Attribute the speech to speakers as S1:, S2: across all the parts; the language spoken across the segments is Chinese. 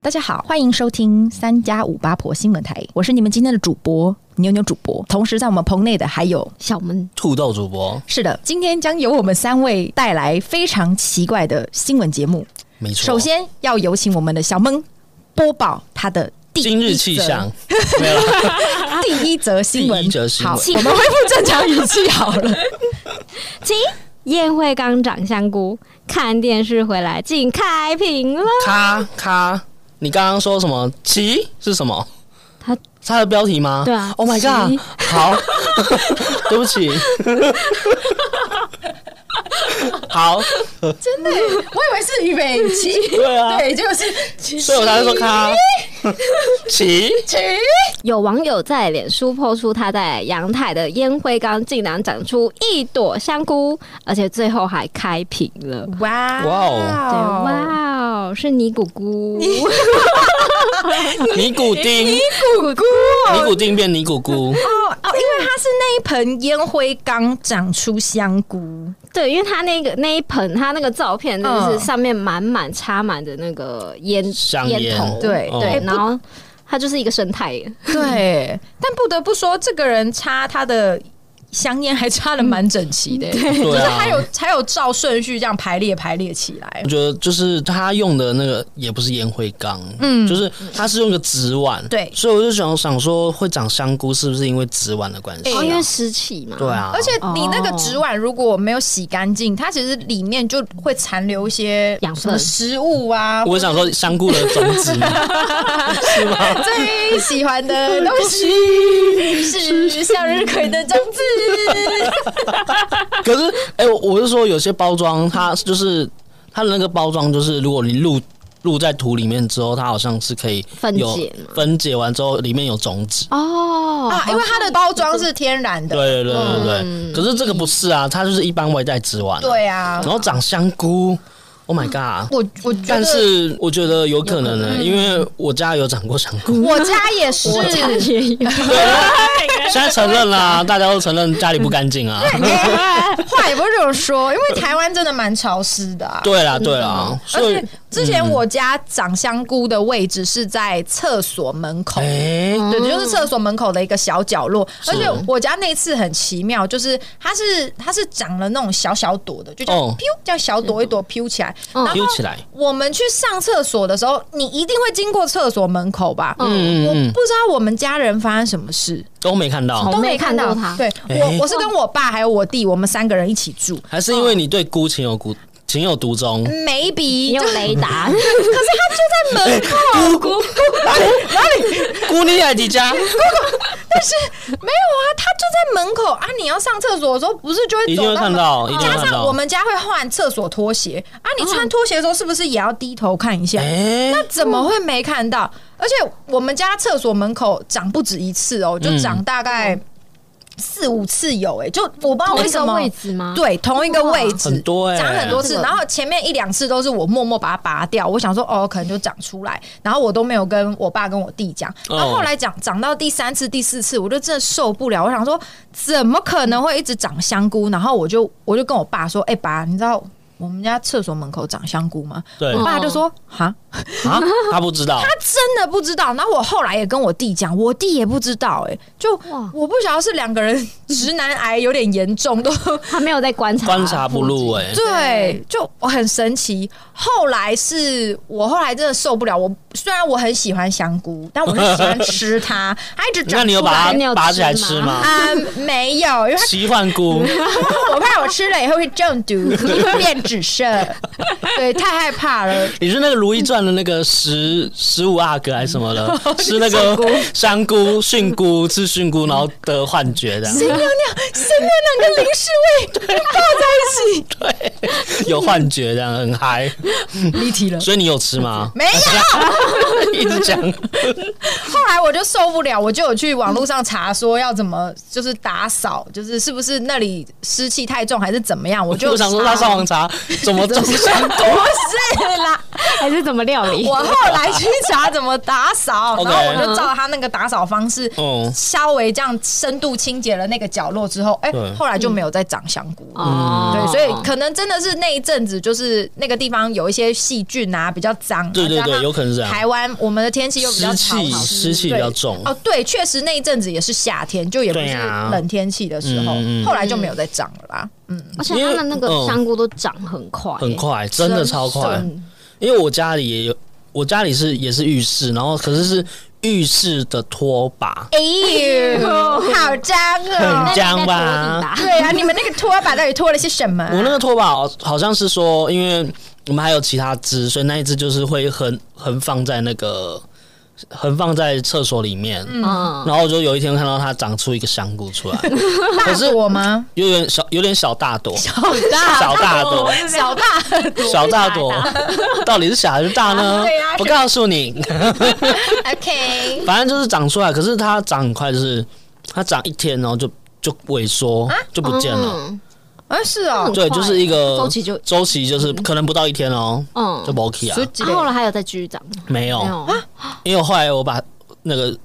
S1: 大家好，欢迎收听三加五八婆新闻台，我是你们今天的主播牛牛主播。同时，在我们棚内的还有，
S2: 小门
S3: 土豆主播，
S1: 是的，今天将由我们三位带来非常奇怪的新闻节目。
S3: 没错。
S1: 首，先要有请我们的小蒙播报他的第一
S3: 今日气象 没有啦
S1: 则第一则新闻。
S3: 第一则新闻
S1: 好，我们恢复正常语气好了。
S2: 宴会刚长香菇，看电视回来竟开屏了。
S3: 咔咔，你刚刚说什么？奇是什么？
S2: 它
S3: 是它的标题吗？
S2: 对啊
S3: ，Oh my god！
S2: 奇
S3: 好， 对不起。好，
S1: 我以为是于美琪，
S3: 对啊，
S1: 对，就是
S3: 所以我才会说咔。奇，
S2: 有网友在脸书抛出他在阳台的烟灰缸竟然长出一朵香菇，而且最后还开屏了。
S1: 哇
S3: 哇
S2: 对，哇哦，是尼姑姑，
S3: 尼古丁，尼
S1: 姑姑
S3: 古丁变尼古姑，
S1: 哦哦，因为它是那一盆烟灰缸长出香菇，
S2: 对，因为他那个那一盆，他那个照片真的
S1: 嗯
S2: 是上面满满插满的那个烟
S3: 香
S2: 烟
S3: 烟
S2: 头，
S1: 对
S3: 哦
S2: 对，然后它就是一个生态耶。
S1: 对。但不得不说，这个人插他的香烟还插的蛮整齐的、就
S3: 对
S1: 是
S3: 啊
S1: 还。有还有照顺序这样排列排列起来
S3: 我。觉得就是他用的那个也不是烟灰缸，嗯，就是他是用一个纸碗，
S1: 对
S3: 所以我就想想说会长香菇是不是因为纸碗的关系、
S2: 哦，
S3: 啊
S2: 因为湿气嘛。
S3: 对啊，
S1: 而且你那个纸碗如果没有洗干净，它其实里面就会残留一些
S2: 养分
S1: 什么食物啊，
S3: 我想说香菇的种子嘛，
S1: 最喜欢的东 西是向日葵的种 子。
S3: 可是哎、我我是说有些包装它就是它的那个包装就是如果你入入在土里面之后，它好像是可以
S2: 分
S3: 有
S2: 解嘛
S3: 分解完之后里面有种子。
S2: 哦，
S1: 啊，因为它的包装是天然的，
S3: 对对对对对，可是这个不是啊，它就是一般外带纸碗、，
S1: 对啊
S3: 然。后长香菇，Oh my god！
S1: 我我觉
S3: 但
S1: 得
S3: 是我觉得有可能呢、因为我家有长过香菇，
S1: 我家也是，
S2: 我家也有，
S3: 现在承认啦、大家都承认家里不干净啊。
S1: 哎话也不是这么说，因为台湾真的蛮潮湿的啊。
S3: 对啦对啦，
S1: 而
S3: 所以嗯
S1: 且哦之前我家长香菇的位置是在厕所门口，
S3: 哎、
S1: 对，就是厕所门口的一个小角落。
S3: 是
S1: 而且我家那次很奇妙，就是它是它是长了那种小小朵的，就这样
S3: 哦
S1: 飘，这样小朵一朵飘起来，然后
S3: 丢起来，
S1: 我们去上厕所的时候，你一定会经过厕所门口吧？
S3: 嗯
S1: 我
S3: 嗯嗯，
S1: 不知道我们家人发生什么事，
S3: 都没看到
S2: 从我，
S1: 都
S2: 没
S1: 看到
S2: 看过他
S1: 对
S3: 哎
S1: 我，我是跟我爸还有我弟，我们三个人一起住。
S3: 还是因为你对菇情有孤情有独钟，
S1: 嗯
S2: 你
S1: maybe
S2: 有
S1: 就
S2: 雷达，
S1: 是在门口，
S3: 菇你来迪家，
S1: 但是没有啊，他就在门口啊。你要上厕所的时候，不是就会
S3: 一定
S1: 走
S3: 会
S1: 到
S3: 看
S1: 门
S3: 到，一定会
S1: 加
S3: 看
S1: 上
S3: 到。
S1: 我们家会换厕所拖鞋啊，你
S2: 嗯
S1: 穿拖鞋的时候是不是也要低头看一下？
S3: 哎，
S1: 那怎么会没看到？而且我们家厕所门口长不止一次
S3: 嗯
S1: 哦，就长大概四五次有、哎，就我不知道为什
S2: 同一个
S1: 么
S2: 位置吗
S1: 对，同一个位置，
S3: 很多哎
S1: 长很多次。
S2: 这个
S1: 然后前面一两次都是我默默把它拔掉，我想说哦，可能就长出来，然后我都没有跟我爸跟我弟讲。
S3: 哦
S1: 然后后来长长到第三次、第四次，我就真的受不了，我想说怎么可能会一直长香菇？然后我就我就跟我爸说，哎、爸，你知道。我们家厕所门口长香菇吗？
S3: 对
S1: 我爸就
S2: 哦
S1: 说：“哈，
S3: 啊，他不知道，
S1: 真的不知道。然后我后来也跟我弟讲，我弟也不知道、哎，就
S2: 哇
S1: 我不晓得是两个人直男癌有点严重， 都
S2: 他没有在观察，
S3: 观察不入哎，
S1: 对，就我很神奇。后来是我后来真的受不了，我虽然我很喜欢香菇，但我很喜欢吃它，它一直
S3: 那
S1: 长
S3: 你有
S1: 出来。
S3: 把
S2: 你有吃
S3: 它拔起来吃吗？
S1: 啊、没有， 因为
S3: 奇幻菇，
S1: 它我怕我吃了以后会中毒，会变紫色，对，太害怕 了。
S3: 你是那个《如懿传》的那个十十五阿哥还是什么的？
S1: 哦
S3: 是那个香菇、菌菇、吃菌菇，然后得幻觉的，
S1: 新娘娘，新娘娘跟林侍卫抱在一起，
S3: 有幻觉这样很嗨。
S1: 离题了。
S3: 所以你有吃吗？
S1: 没有，
S3: 一直讲，
S1: 后来我就受不了，我就有去网络上查说要怎么就是打扫，就是是不是那里湿气太重还是怎么样？我就
S3: 我想说他上网 查怎么种香菇。
S1: 不是啦，
S2: 还是怎么料理
S1: 我。后来去查怎么打扫， 然
S3: OK 嗯
S1: 后我就照他那个打扫方式，
S3: 哦
S1: 稍微这样深度清洁了那个角落之后，哎、
S3: 对
S1: 后来就没有再长香菇
S2: 嗯
S1: 了。
S2: 哦
S1: 对，所以可能真的是那一阵子，就是那个地方有一些细菌啊，比较脏。
S3: 对对
S1: 加上
S3: 对，有可能是这样。
S1: 台湾我们的天气又比较
S3: 湿
S1: 潮
S3: 气
S1: 潮
S3: 湿气
S1: 对
S3: 比较重，
S1: 哦，对，确实那一阵子也是夏天，就也不
S3: 对
S1: 是
S3: 啊
S1: 冷天气的时候，
S3: 嗯嗯嗯
S1: 后来就没有再长了啦。嗯，
S2: 而且他们那
S3: 因为
S2: 个
S3: 嗯
S2: 香菇都长很快、
S3: 很。快，真的超快。
S1: 生
S3: 因为我家里也有，我家里是也是浴室，然后可是是浴室的拖把，
S1: 哎呦，好脏
S3: 很
S1: 哦！
S3: 脏吧？
S1: 对啊，你们那个拖把到底拖了些什么啊、
S3: 我那个拖把好好像是说，因为我们还有其他只，所以那一只就是会横横放在那个横放在厕所里面。
S2: 嗯，
S3: 然后我就有一天看到它长出一个香菇出来，
S1: 大朵吗？
S3: 有点小，有点小大朵，
S1: 好大
S3: 小大朵，
S1: 小大
S3: 小大朵，到底是小还是大呢
S1: 对啊？
S3: 不告诉你，
S1: ，OK。
S3: 反正就是长出来，可是它长很快，就是它长一天，然后就就萎缩，就不见了。
S2: 嗯。
S1: 啊，是哦，
S3: 对，就是一个
S2: 周期就
S3: 周期，就是可能不到一天哦，
S2: 嗯
S3: 就 o k 啊
S1: 十，几
S2: 然后来还有再继续长吗，
S3: 没有
S2: 没，有啊
S3: 因为后来我把那个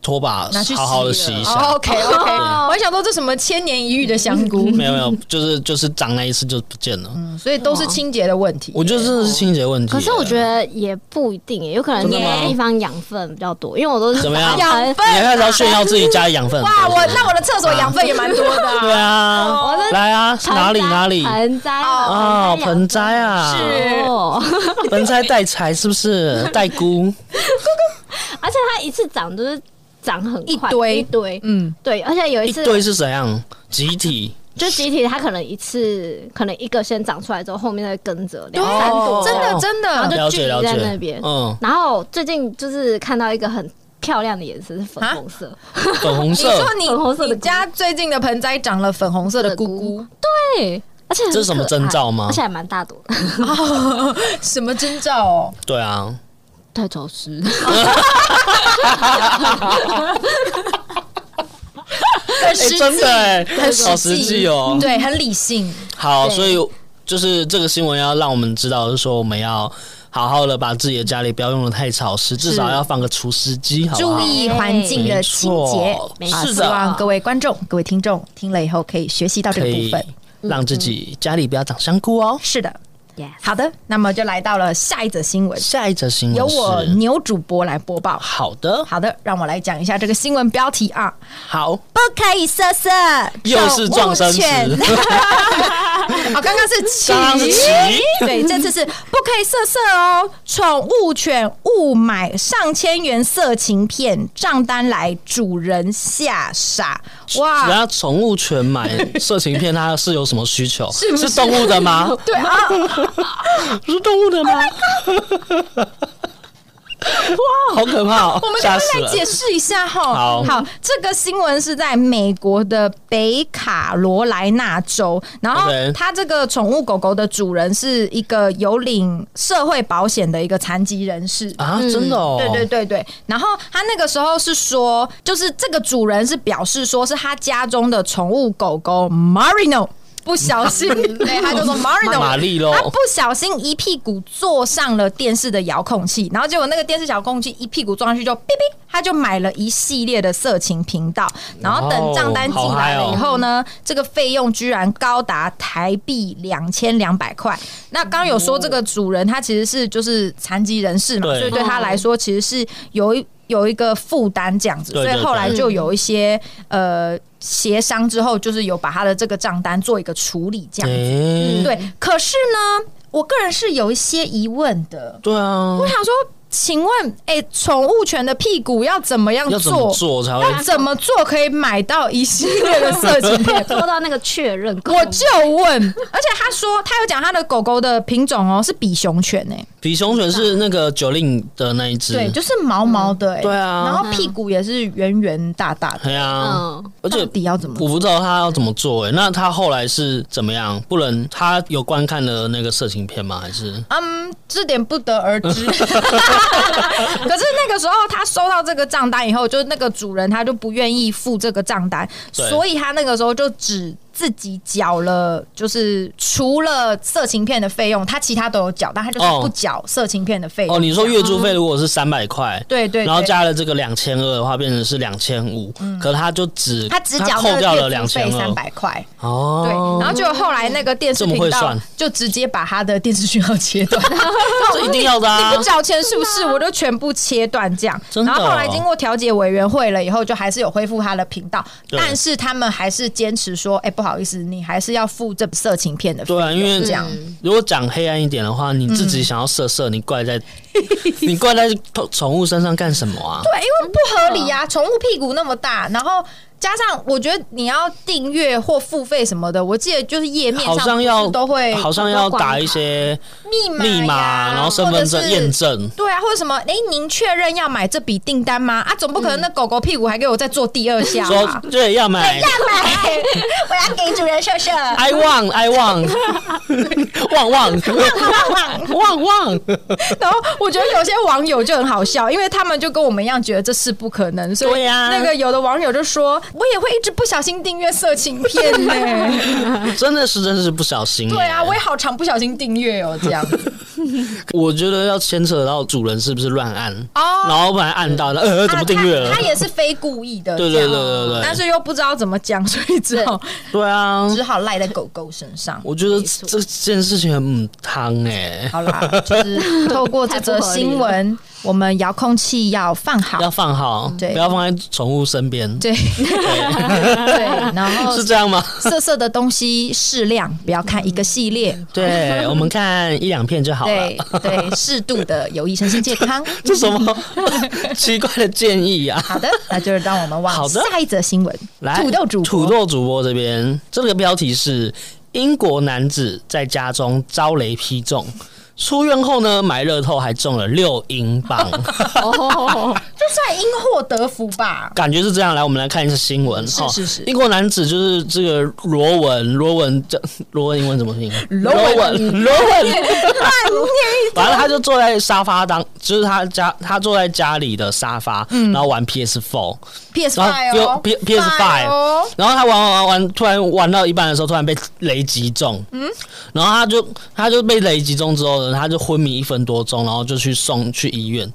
S3: 拖把
S1: 拿去
S3: 好好的
S1: 洗
S3: 洗一
S1: 哦
S3: 下，
S1: OK OK，我还想说这什么千年一遇的香菇，
S3: 没有没有，就是就是长那一次就不见了。
S1: 嗯所以都是清洁的问题。
S3: 我觉得真的是清洁问题。
S2: 可是我觉得也不一定耶，有可能
S3: 真的
S2: 那
S3: 吗
S2: 个地方养分比较多，因为我都是
S3: 怎么
S2: 打
S3: 样
S1: 养
S2: 盆
S1: 分
S3: 你还开始要炫耀自己家里养分？
S1: 哇，我那我的
S3: 啊
S1: 厕所养分也蛮多的 啊。
S3: 对啊，
S2: 我是
S3: 来啊，
S2: 盆栽
S3: 哪里哪里
S2: 盆栽
S3: 哦，盆栽啊，
S1: 是
S2: 哦，
S3: 盆栽带财是不是？带菇，
S2: 而且它一次长就是长很快
S1: 一堆
S2: 一堆，
S1: 嗯，
S2: 对，而且有一
S3: 一
S2: 次
S3: 堆是怎样？集体
S2: 就集体，它可能一次可能一个先长出来之后，后面再跟着
S1: 对啊
S2: 两
S3: 啊
S2: 三朵，
S1: 哦真的真
S2: 然后
S1: 的
S2: 就
S3: 了
S2: 聚
S3: 解
S2: 集
S3: 了解
S2: 在那边
S3: 嗯，
S2: 然后最近就是看到一个很漂亮的颜色是粉
S1: 啊
S2: 红色，
S3: 粉红
S1: 你
S3: 色
S1: 说，你
S2: 粉红色的菇
S1: 你家最近的盆栽长了粉红色的菇
S2: 的
S1: 菇，
S2: 对，而且很
S3: 这是什么
S2: 可爱
S3: 征兆吗
S2: 而且还蛮大朵的，
S1: 什么征兆哦？
S3: 对啊，
S2: 太潮湿，
S1: 很
S3: 哎，
S1: 实
S3: 真
S1: 际
S3: 的，哎，
S1: 很
S3: 好实际哦。
S1: 对，很理性。
S3: 好，
S2: 对
S3: 所以就是这个新闻要让我们知道，就是说我们要好好的把自己的家里不要用的太潮湿，至少要放个除湿机，好不
S1: 注
S3: 好？
S1: 意环境的清洁
S3: 没。错
S1: 啊
S3: 是
S1: 希
S3: 的
S1: 望各位观众、各位听众听了以后可以学习到这
S3: 可
S1: 个部
S3: 以
S1: 分。
S3: 让自己家里不要长香菇哦。
S1: 是的，
S2: Yes
S1: 好的，那么就来到了下一则新闻，
S3: 下一则新闻
S1: 由我
S3: 是
S1: 牛主播来播报。
S3: 好的，
S1: 好的，让我来讲一下这个新闻标题啊，
S3: 好，
S1: 不可以色色，
S3: 又是撞生词
S1: 手勿犬 哦，刚刚是起
S3: 刚刚是起
S1: 对，这次是不可以色色哦，宠物犬误买上千元色情片，账单来主人吓傻，
S3: 人
S1: 哇！
S3: 家宠物犬买色情片，它是有什么需求？
S1: 是不是
S3: 动物的 吗？
S1: 对啊，
S3: 是动物的吗？哇， 好可怕哦
S1: 我！们
S3: 吓
S1: 赶
S3: 死
S1: 快来
S3: 了！
S1: 解释一下哈。
S3: 好
S1: 这个新闻是在美国的北卡罗来纳州，然后
S3: OK
S1: 它这个宠物狗狗的主人是一个有领社会保险的一个残疾人士。嗯
S3: 啊，真的哦，
S1: 对对对对，然后他那个时候是说，就是这个主人是表示说是他家中的宠物狗狗 Marino 不小 心，对，他就说 Marino
S3: 玛丽喽
S1: 他不小心一屁股坐上了电视的遥控器，然后结果那个电视遥控器一屁股撞上去就哔哔，他就买了一系列的色情频道，然后等账单进来了以后呢，这个费用居然高达台币两千两百块。那刚有说这个主人他其实是就是残疾人士嘛，
S3: 对
S1: 所以对他来说其实是有一。有一个负担这样子，
S3: 对
S1: 所以
S3: 对
S1: 后来
S3: 对
S1: 就有一些呃协商之后，就是有把他的这个账单做一嗯个处理这样子
S3: 诶
S1: 对，可是呢，我个人是有一些疑问的。
S3: 对啊
S1: 我，想说，请问，哎、宠物犬的屁股要怎么样
S3: 要怎么
S1: 做？啊
S3: 做才会？
S1: 要怎么做可以买到一系列的色 情片？
S2: 做到那个确认过，
S1: 我就问，而且他说他有讲他的狗狗的品种哦，是比熊犬哎、
S3: 比熊犬是那个九令的那一只，
S1: 对，就是毛毛的哎、
S3: 对啊
S1: 然后屁股也是圆圆大大的，
S3: 对啊，
S2: 嗯，
S3: 而且
S1: 到底要怎么
S3: 我？不知道他要怎么做哎、那他后来是怎么样？不能他有观看了那个色情片吗？还是
S1: 嗯，这点不得而 知。可是那个时候，他收到这个账单以后，就那个主人他就不愿意付这个账单，
S3: 对
S1: 所以他那个时候就只自己缴了，就是除了色情片的费用，他其他都有缴，但他就是不缴色情片的费用。
S3: 哦，你说月租费如果是三百块，
S1: 对嗯对对嗯
S3: 然后加了这个两千二的话，变成是两千五，可他就只
S1: 他只缴
S3: 扣
S1: 那
S3: 掉了
S1: 个月
S3: 两
S1: 租
S3: 千
S1: 费三
S3: 二，
S1: 百块，
S3: 哦，
S1: 对，然后就后来那个电视
S3: 这么
S1: 频
S3: 会
S1: 道
S3: 算
S1: 就直接把他的电视讯号切 断，这
S3: 这一定要的啊
S1: 你不缴钱是不是？我就全部切断这样。
S3: 真的
S1: 然
S3: 哦
S1: 后后来经过调解委员会了以后，就还是有恢复他的频道，
S3: 对
S1: 但是他们还是坚持说，哎，不好意思，你还是要付这色情片的费
S3: 对啊，因为
S1: 这样
S3: 如果讲黑暗一点的话，你自
S1: 嗯
S3: 己想要色色，你怪 在你怪在宠物身上干什么啊？
S1: 对，因为不合理啊，宠物屁股那么大，然后加上我觉得你要订阅或付费什么的，我记得就是页面上
S3: 好像
S1: 不
S3: 要
S1: 是都会
S3: 好像要打一些
S1: 密码
S3: 密
S1: 呀
S3: 码，然后身份
S1: 或
S3: 证
S1: 者是
S3: 验证。
S1: 对啊，或者什么？哎、您确认要买这笔订单吗？啊，总不可能那狗狗屁股还给我再做第二下
S3: 说
S1: 吧？
S3: 对要买
S1: 买，我要给主人秀秀。
S3: ，I want I want，旺旺 旺旺，
S1: 然后我觉得有些网友就很好笑，因为他们就跟我们一样觉得这事不可能，所以
S3: 对啊
S1: 那个有的网友就说，我也会一直不小心订阅色情片呢、
S3: 真的是真的是不小心耶。欸
S1: 对啊，我也好常不小心订阅哦， 这样子。
S3: 我觉得要牵扯到主人是不是乱按，
S1: 哦，
S3: 然后把它按到了，呃，怎么订阅
S1: 啊
S3: 了
S1: 他？他？也是非故意的，
S3: 对
S1: 这
S3: 对对
S1: 样
S3: 对对
S1: 但
S3: 对，
S1: 是又不知道怎么讲，所以只好
S3: 对啊，
S1: 只好赖在狗狗身上。
S3: 我觉得
S1: 没错
S3: 这件事情很母汤哎，
S1: 好啦，就是透过这则新闻，我们遥控器要放 好，
S3: 要放好，
S1: 对
S3: 不要放在宠物身边，
S1: 对 对，然后
S3: 是这样吗？
S1: 色色的东西适量，不要看一个系列，
S3: 对，我们看一两片嗯就好了。
S1: 对 对，适度的有益身心健康。
S3: 这什么 奇怪的建议呀、啊？
S1: 好的，那就让我们
S3: 好
S1: 往
S3: 的
S1: 下一则新闻。
S3: 来，
S1: 土豆主播
S3: 土豆主播这边，这个标题是英国男子在家中遭雷劈中。出院后呢，买乐透还中了六 英镑，
S2: 哦，
S1: 这算因祸得福吧？
S3: 感觉是这样。来，我们来看一下新闻。
S1: 是
S3: 哈
S1: 是是
S3: 英国男子就是这个罗文，罗文叫罗文英文怎么拼？
S1: 罗文
S3: 文，罗文， 反正他就坐在沙发当，就是他家，他坐在家里的沙发，
S1: 嗯
S3: 然后玩 PS Four，
S1: PS
S3: 然
S1: Five 哦
S3: 后啊 P P S
S1: Five
S3: Five，
S1: 哦，
S3: 然后他玩玩玩玩，突然玩到一半的时候，突然被雷击中，嗯，然后他就他就被雷击中之后呢，他就昏迷一分多钟，然后就去送去医院。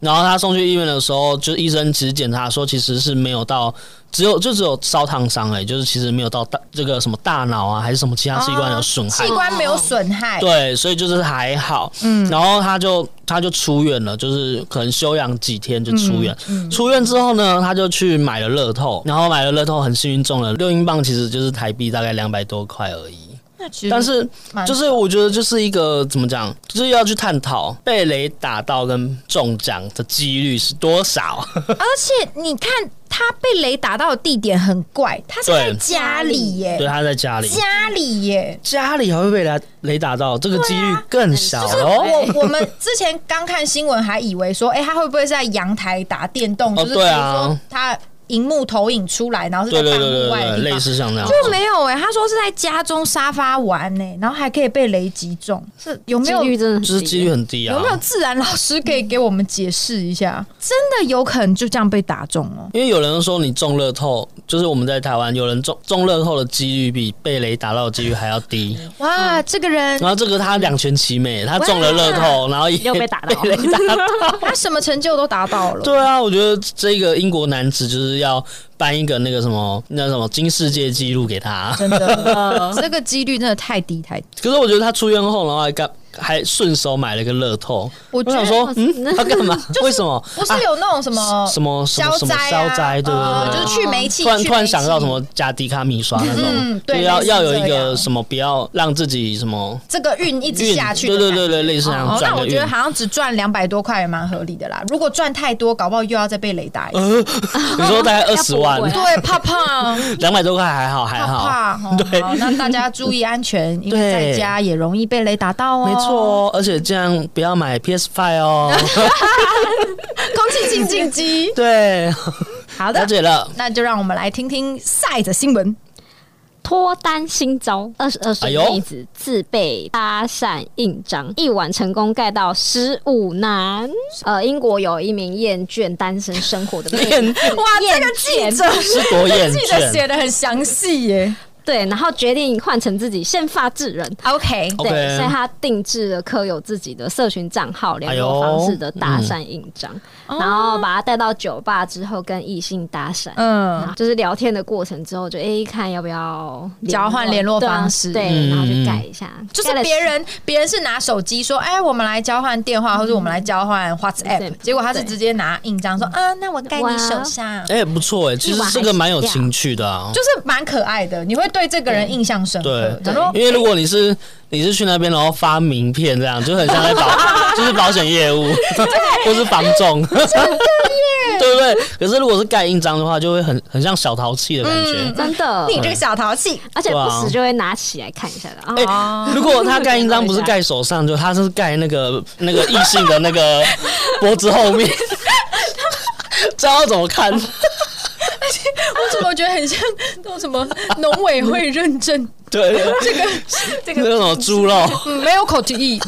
S3: 然后他送去医院的时候，就医生其实检查说，其实是没有到，只有就只有烧烫伤哎、就是其实没有到大这个什么大脑啊，还是什么其他器官有损害
S1: 器，官没有损害，
S3: 对，所以就是还好，嗯，然后他就他就出院了，就是可能休养几天就出院。
S1: 嗯
S3: 出院之后呢，他就去买了乐透，然后买了乐透，很幸运中了六英镑，其实就是台币大概两百多块而已。
S1: 那其实
S3: 但是
S1: 蛮
S3: 就是我觉得就是一个怎么讲，就是要去探讨被雷打到跟中奖的几率是多少。
S1: 而且你看他被雷打到的地点很怪，他是在
S3: 对
S1: 家里耶、
S3: 对，他在家里，
S1: 家里耶、
S3: 家里还会被雷雷打到，这个几率更哦小
S1: 啊就是
S3: 喽。
S1: 我我们之前刚看新闻，还以为说，哎、他会不会是在阳台打电动？
S3: 哦
S1: 就是比如
S3: 对啊
S1: 说他荧幕投影出来，然后是
S3: 对
S1: 在
S3: 对
S1: 半
S3: 对对
S1: 户外的
S3: 对，
S1: 地
S3: 类
S1: 方。
S3: 似像那样。
S1: 就没有哎、他说是在家中沙发玩呢、然后还可以被雷击中，是有 没
S2: 几
S1: 有
S2: 率真的很
S3: 就是
S2: 低
S3: 几率很低啊。
S1: 有没有自然老师可以给我们解释一下？真的有可能就这样被打中哦、
S3: 因为有人说你中乐透，就是我们在台湾有人中中乐透的几率比被雷打到的几率还要 低。
S1: 哇，
S3: 嗯
S1: 这个人
S3: 然后这个他两全其美，他中了乐透，然后也
S2: 又被打到
S3: 被雷打到。
S1: 他什么成就都达到了。
S3: 对啊，我觉得这个英国男子就是要颁一个那个什么那什么金世界纪录 给他。
S1: 真 的，这个几率真的太低太低。
S3: 可是我觉得他出院后，然后还干还顺手买了个乐透。
S1: 我
S3: 我
S1: 觉
S3: 想
S1: 得
S3: 说，嗯，他干 嘛？为什么？
S1: 不是有那种什么
S3: 啊什么什
S1: 消
S3: 么什么
S1: 灾
S3: 消灾？
S1: 啊，
S3: 对对
S1: 呃
S3: 对，
S1: 就是去煤气，
S3: 突然
S1: 去
S3: 突然
S1: 煤气
S3: 想到什么加迪卡米刷那种，
S1: 嗯对
S3: 就要
S1: 类似这样
S3: 要有一个什么，不要让自己什么
S1: 这个运一直
S3: 运，
S1: 下去，
S3: 对对对。对，类似那
S1: 哦
S3: 样，
S1: 那
S3: 转
S1: 我
S3: 个
S1: 觉
S3: 运
S1: 得。好像只赚两百多块也蛮合理的啦。如果赚太多，搞不好又要再被雷打一 次。
S3: 你说大概二十万
S2: 要不，会
S1: 对，怕胖，
S3: 两百多块还好还
S1: 怕
S3: 好，
S1: 胖。哦
S3: 对
S1: 好，那大家注意安全，因为
S3: 对
S1: 在家也容易被雷打到哦。
S3: 没错，哦。而且这样不要买 PS Five 哦，
S1: 空气清净 机。
S3: 对，
S1: 好
S3: 了
S1: 的，
S3: 解了。
S1: 那就让我们来听听赛的新闻。
S2: 脱单新招，二十二
S3: 哎
S2: 岁
S3: 呦
S2: 妹子自备搭讪印章，一晚成功盖到十五男。呃，英国有一名厌倦单身生活的妹子，
S3: 厌
S1: 哇，这个记者
S3: 是多 厌
S1: 记者
S3: 倦，
S1: 写的很详细耶。
S2: 对，然后决定换成自己先发制人。
S1: OK，
S2: 对
S3: OK
S2: 所以他定制了科有自己的社群账号、联
S3: 哎呦
S2: 络方式的搭讪印章，
S1: 嗯
S2: 然后把他带到酒吧之后跟异性搭讪。然
S1: 嗯
S2: 后，就是聊天的过程之后，就哎、看要不要联络
S1: 交换联络方式
S2: 对啊对，然后
S3: 嗯
S2: 就改一下，
S1: 就是
S2: 盖了
S1: 别人别人是拿手机说，哎，我们来交换电话，或者我们来交换嗯 WhatsApp，
S2: 对
S1: 结果他是
S2: 对
S1: 直接拿印章说，啊，那我盖你手上，
S3: 哎、不错哎、其实这个蛮有情趣的啊。
S1: 就是蛮可爱的，你会对这个人印象 深刻。
S3: 对
S1: 然后
S3: 因为如果你是你是去那边然后发名片这样，就很像在 保就是保险业务，或是房仲， 对不对？可是如果是盖印章的话，就会很很像小淘气的感觉。
S1: 嗯
S2: 真的，
S1: 你这个小淘气，
S2: 而且
S3: 对
S2: 不
S3: 啊
S2: 时就会拿起来看一下的啊。
S3: 哎、
S1: 哦
S3: 如果他盖印章不是盖手上，就他是盖那个那个异性的 那个脖子后面，这样要怎么看？
S1: 我怎么觉得很像那种什么农委会认 证？
S3: 对，
S1: 这个这
S3: 那个什么猪肉。
S1: 嗯没有口蹄 疫，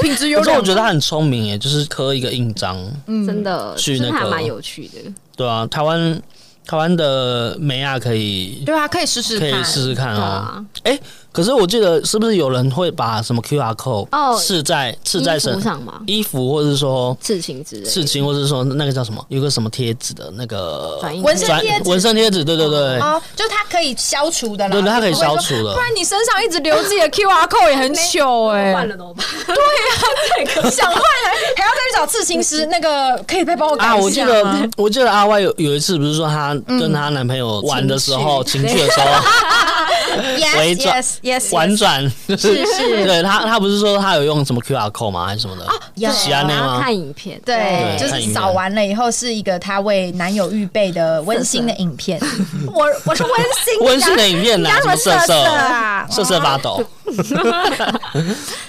S1: 品质优
S3: 可是我
S1: 良。
S3: 觉得他很聪明耶，就是刻一个印章，
S1: 嗯
S2: 真的，
S3: 去
S2: 真的
S3: 那
S2: 还
S3: 个
S2: 蛮有趣的。
S3: 对啊，台湾台湾的美亚可以
S1: 对啊，可以试试
S3: 可以
S1: 看。
S3: 试试看
S2: 对
S3: 哦。
S2: 啊，
S3: 哎、可是我记得是不是有人会把什么 QR code
S2: 哦
S3: 刺在刺在
S2: 衣服
S3: 身
S2: 上嘛，
S3: 衣服，或者是说
S2: 刺青之类的，
S3: 刺青，或者是说那个叫什么，有个什么贴纸的那个
S2: 转印
S1: 纹身
S3: 转
S1: 贴纸
S3: 纹身贴纸，对对对。
S1: 哦，就它可以消除的啦，
S3: 对对，它可以消
S1: 就不会
S3: 除
S1: 说
S3: 的
S1: 不。然你身上一直留自己的 QR code 也很糗哎、
S2: 换了怎么办？
S1: 想换还还要再去找刺青师，那个可以再帮我改一下
S3: 啊，
S1: 吗
S3: 我记得，我记得阿 Y 有有一次不是说她
S1: 嗯
S3: 跟她男朋友玩的时候，情趣的时候
S1: yes
S3: 微转
S1: yes yes，
S3: 婉转， 就是
S2: 是
S3: 对她她不是说她有用什么 QR code 吗？还是什么的？
S1: 有
S3: 喜安内
S2: 然后
S3: 吗？
S2: 看影片，
S1: 对，
S3: 对
S1: 就是扫完了以后是一个她为男友预备的温馨的影片。我我是温馨的啊
S3: 温馨的影片
S1: 你
S3: 呐，
S1: 刚
S3: 什
S1: 刚
S3: 么
S1: 什么
S3: 瑟
S1: 色
S3: 瑟
S1: 色啊？
S3: 瑟瑟发抖，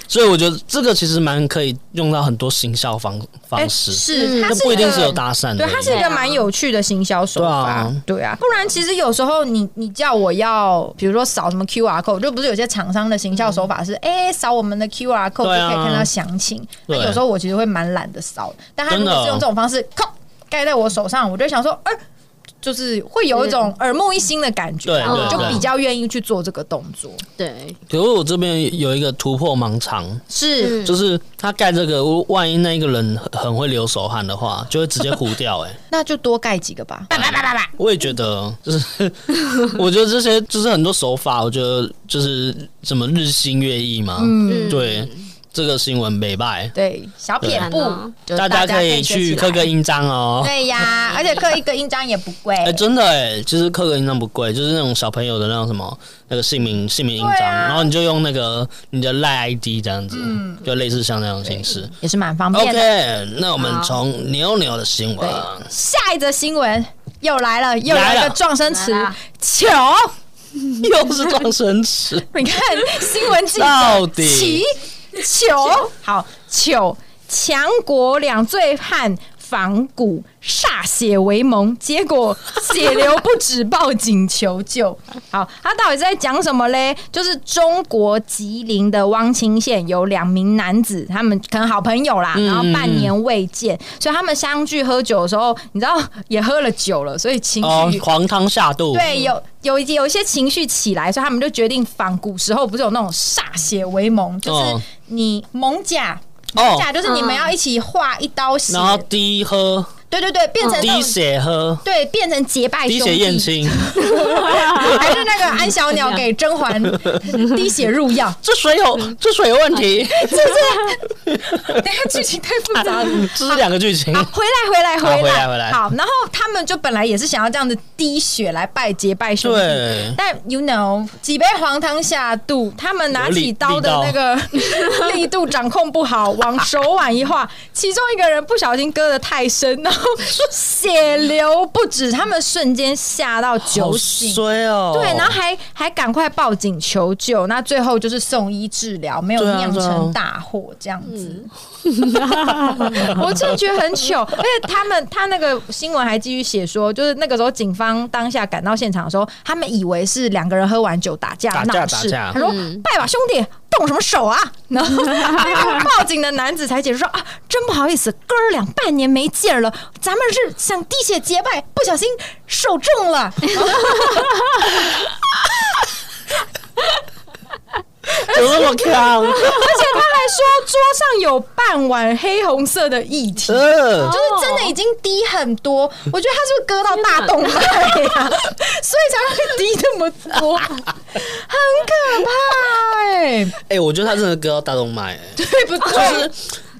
S3: 所以我觉得这个其实蛮可以用到很多行销方
S1: 哎
S3: 方式，
S1: 是，
S2: 嗯
S1: 它
S3: 那
S1: 是
S3: 不一定
S1: 个
S3: 是有搭讪的
S1: 对，
S3: 而已，
S1: 它是一个蛮有趣的行销手法
S3: 啊对啊，
S1: 对啊，不然其实有时候你你叫我要，比如说扫什么 QR code，就不是有些厂商的行销手法是，哎，扫我们的 QR code 就
S3: 嗯对啊
S1: 可以看到详情。那
S3: 对
S1: 有时候我其实会蛮懒得扫，但他如
S3: 真的
S1: 果
S3: 哦
S1: 是用这种方式，扣盖在我手上，我就想说，哎，就是会有一种耳目一新的感觉啊，
S3: 嗯对
S2: 对
S1: 我就
S2: 对
S1: 比较愿意去做这个动作。
S2: 对，
S3: 可是我这边有一个突破盲肠，
S1: 是，
S2: 嗯
S3: 就是他盖这个，万一那一个人很很会流手汗的话，就会直接糊掉、欸。哎，
S1: 那就多盖几个吧。叭叭叭叭叭
S3: 我也觉得，就是我觉得这些就是很多手法，我觉得就是什么日新月异嘛。
S1: 嗯，
S2: 嗯
S3: 对，这个新闻北拜，
S1: 对，小撇
S2: 对
S1: 步
S2: 啊，
S1: 就
S3: 大家可
S1: 学
S3: 以去
S1: 起
S3: 刻
S1: 来
S3: 个印章哦。
S1: 对 呀，而且刻一个印章也不贵。
S3: 哎、真的哎、其实刻个印章不贵，就是那种小朋友的那种什么那个姓名姓名印章，
S1: 对啊嗯
S3: 然后你就用那个你的赖 ID 这样子，就类似像那种形式。
S1: 也是蛮方便的。
S3: OK，那我们从牛牛的新闻。
S1: 下一则新闻又来了，又有
S3: 来
S1: 一个
S3: 了
S1: 撞声词
S2: 来了
S1: “球
S3: 又是撞生 词，”。
S1: 你看新闻记
S3: 到
S1: 者
S3: 底
S1: 齐球好球，强国两醉汉仿古歃血为盟，结果血流不止，报警求救。 好，他到底在讲什么嘞？就是中国吉林的汪清县有两名男子，他们可能好朋友啦，
S3: 嗯
S1: 然后半年未见，所以他们相聚喝酒的时候，你知道也喝了酒了，所以情
S3: 哦
S1: 绪、，
S3: 黄汤下肚，
S1: 对，有有一有一些情绪起来，所以他们就决定仿古时候不是有那种歃血为盟，就是
S3: 哦
S1: 你盟甲。
S3: 哦
S1: 盟甲就是你们
S2: 嗯
S1: 要一起画一刀血，
S3: 然后滴喝，
S1: 对对对，变成那
S3: 滴
S1: 种
S3: 血喝，
S1: 对变成结拜
S3: 滴
S1: 兄
S3: 血验
S1: 弟，
S3: 亲，
S1: 还是那个安小鸟给甄嬛滴血入药，
S3: 这水有这水有问题，
S1: 等一下剧 情太复杂了。
S3: 这是两个剧情
S1: 啊，回来，回来，
S3: 好
S1: 回
S3: 回
S1: 来，
S3: 来回来
S1: 好，然后他们就本来也是想要这样子滴血来拜结拜兄弟，
S3: 对，
S1: 但 you know 几杯黄汤下肚，他们拿起刀的那个 力度掌控不好，往手腕一划，其中一个人不小心割得太深，然后血流不止，他们瞬间吓到酒
S3: 好
S1: 醒。
S3: 衰哦，
S1: 对，然后还还赶快报警求救，那最后就是送医治疗，没有
S3: 对啊
S1: 酿
S3: 对啊
S1: 成大祸这样子。 我真的觉得很糗，而且他们他那个新闻还继续写说，就是那个时候警方当下赶到现场的时候，他们以为是两个人喝完酒打架
S3: 打架
S1: 闹事，
S3: 打架
S1: 他说、
S2: 嗯
S1: 拜把兄弟。动什么手啊！然后那个报警的男子才解释说啊，真不好意思，哥儿俩半年没见了，咱们是想滴血结拜，不小心手重了。
S3: 好看，
S1: 而且他还说桌上有半碗黑红色的液体，
S2: 哦
S3: 呃，
S1: 就是真的已经低很多。我觉得他是不是割到大动脉 呀、所以才会低这么多，很可怕哎、
S3: 哎、我觉得他真的割到大动脉、哎
S1: 对不
S2: 哦
S1: 对？
S3: 就是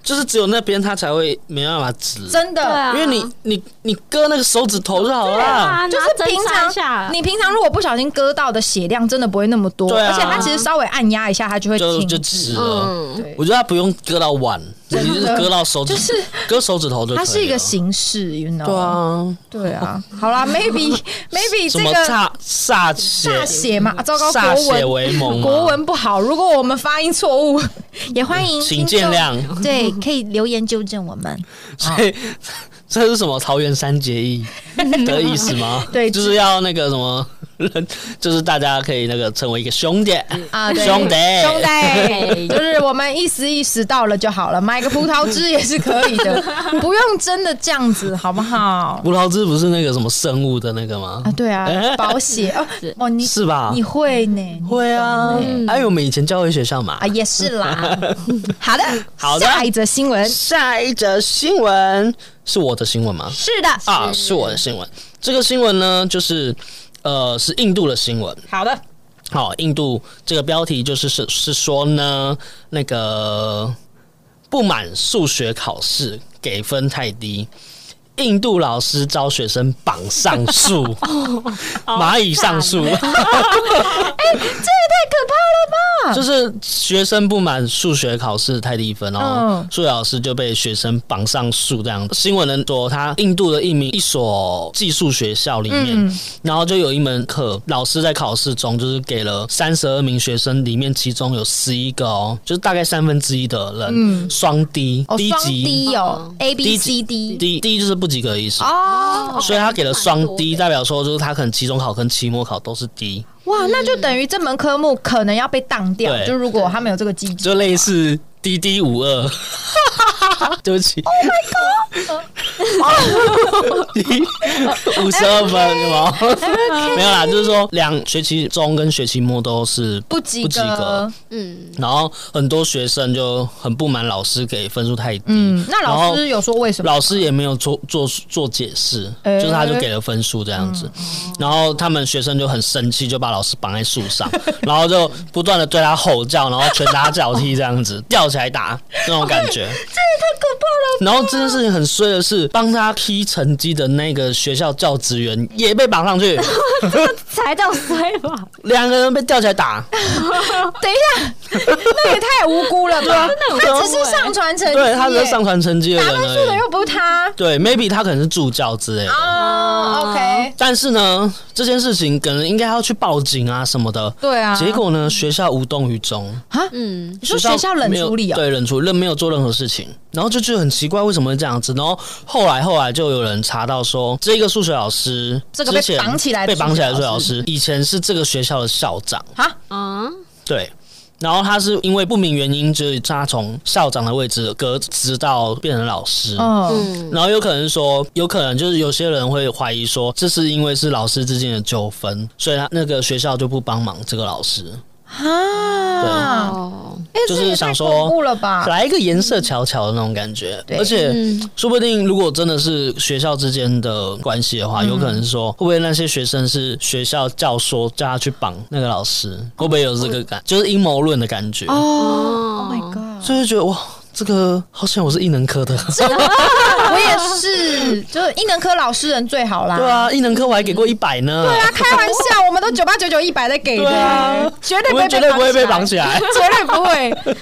S3: 就是只有那边他才会没办法止，
S1: 真的。
S2: 对啊
S3: 因为你你你割那个手指头就好了。
S2: 啊，
S1: 就是
S2: 拿针
S1: 平
S2: 扎一下
S1: 常，你平常如果不小心割到的血量真的不会那么多，
S3: 对啊
S1: 而且它其实稍微按压一下，它就会
S3: 就
S1: 停
S3: 就
S1: 止。
S3: 止了。
S2: 嗯
S1: 对
S3: 我觉得他不用割到腕，你
S1: 真的
S3: 就是割到手指，
S1: 就是
S3: 割手指头就可以
S1: 它
S3: 了。
S1: 是一个形式，you know？
S3: 对啊，
S1: 对啊，好啦，maybe maybe 这
S3: 什么
S1: 个
S3: 煞煞血
S1: 歃血嘛，啊糟糕，
S3: 歃
S1: 国
S3: 血
S1: 文
S3: 为盟嘛，
S1: 国文不好，如果我们发音错误，也欢迎
S3: 请见。谅。
S1: 对，可以留言纠正我们。
S3: 所
S1: 啊
S3: 以这是什么桃园三结 义的意思吗？
S1: 对
S3: 就是要那个什么。就是大家可以那个成为一个兄弟
S1: 啊对
S3: 兄弟
S1: 兄弟，就是我们意思意思到了就好了，买个葡萄汁也是可以 的，不用真的这样子，好不好？
S3: 葡萄汁不是那个什么生物的那个吗
S1: 啊，？对 啊，
S3: 哎
S1: 保险哦，哦，你
S3: 是吧
S1: 你？会嗯呢？
S3: 会啊，哎，我们以前教会学校嘛
S1: 啊，。也是 啦。好的，
S3: 好的
S1: 下一则新闻
S3: 下一则新闻是我的新闻吗？
S1: 是的，
S3: 啊，是我的新闻。这个新闻呢，就是呃，是印度的新闻。
S1: 好的，
S3: 好，印度这个标题就是是是说呢，那个不满数学考试给分太低，印度老师招学生绑上 树，
S1: 哦
S3: 蚂蚁上树， 就是学生不满数学考试太低分，然后
S1: 嗯
S3: 数学老师就被学生绑上树这样。新闻人说，他印度的一名一所寄宿学校里面，
S1: 嗯
S3: 然后就有一门课，老师在考试中就是给了三十二名学生，里面其中有十一个哦，就是大概三分之一的人双低、
S1: 哦，
S3: 低
S1: 双
S3: 级。
S1: 低哦，A B
S3: 低
S1: C
S3: 级
S1: D
S3: 低低就是不及格的意思，
S1: 哦，
S3: 所以他给了
S2: 蛮
S3: 双
S2: 多
S3: 低，
S2: 的
S3: 代表说就是他可能期中考跟期末考都是低，
S1: 哇，那就等于这门科目可能要被当掉，
S3: 嗯对
S1: 就如果他们有这个机制，
S3: 就类似滴滴五二。 对不起五十二分有吗？没有啦，就是说两学期中跟学期末都是
S1: 不及
S3: 不及格
S1: 格。
S2: 嗯，
S3: 然后很多学生就很不满老师给分数太低，
S1: 嗯，那老师有说为什么？
S3: 老师也没有做做做解释，
S1: 哎
S3: 就是他就给了分数这样子，
S1: 嗯
S3: 然后他们学生就很生气，就把老师绑在树上，然后就不断的对他吼叫，然后拳打脚踢这样子，吊起来打那种感 觉，这也太
S1: 哎
S3: 可怕了。然后这件事情很衰的是，帮他批成绩的那个学校教职员也被绑上去，
S2: 才叫衰吧？
S3: 两个人被吊起 来打，
S1: 等一下， 那也太无辜了吧？
S3: 啊
S1: 他只是上传成绩耶，
S3: 对，他只是上传成绩的
S1: 打
S3: 人
S1: 分数的
S3: 而已。
S1: 又不是他
S3: 对，maybe 他可能是助教之类的。
S1: 哦 OK，
S3: 但是呢，这件事情可能应该要去报警啊什么的。
S1: 对啊，
S3: 结果呢，学校无动于衷。
S2: 嗯，
S1: 你说学校冷
S3: 没有
S1: 处理哦，
S3: 对，冷处理，任没有做任何事情。然后就觉得很奇怪，为什么会这样子？然后后来后来就有人查到说，这个数学老师，
S1: 这个被
S3: 之前
S1: 绑起来的
S3: 被绑起来的
S1: 数
S3: 数
S1: 学
S3: 学
S1: 老
S3: 老
S1: 师
S3: 师，以前是这个学校的校长。
S1: 啊，
S2: 啊，
S3: 对。然后他是因为不明原因，就是他从校长的位置革职到变成老师。
S1: 嗯，
S2: 嗯，
S3: 然后有可能说，有可能就是有些人会怀疑说，这是因为是老师之间的纠纷，所以他那个学校就不帮忙这个老师，
S1: 嗯啊，
S2: 哦，
S1: 哎，
S3: 就是
S1: 这也太
S3: 想说，Oh
S1: 恐怖了吧？
S3: 来一个颜色瞧瞧的那种感觉。
S1: 对
S3: 而且
S2: 嗯，
S3: 说不定，如果真的是学校之间的关系的话，有可能是说，会不会那些学生是学校教唆叫他去绑那个老师，会不会有这个感，就是阴谋论的感觉？
S1: 哦，Oh my god！
S3: 所以就觉得哇，这个好像我 是艺能科的，
S1: 我也是，就是艺能科老师人最好啦。
S3: 对啊，艺能科我还给过一百呢，对啊
S1: 大家开玩笑，我们都九八九九一百在给的，
S3: 对啊
S1: 绝对
S3: 我
S1: 不会
S3: 们绝对不会被绑起
S1: 来，
S3: 来。
S1: 绝对不会，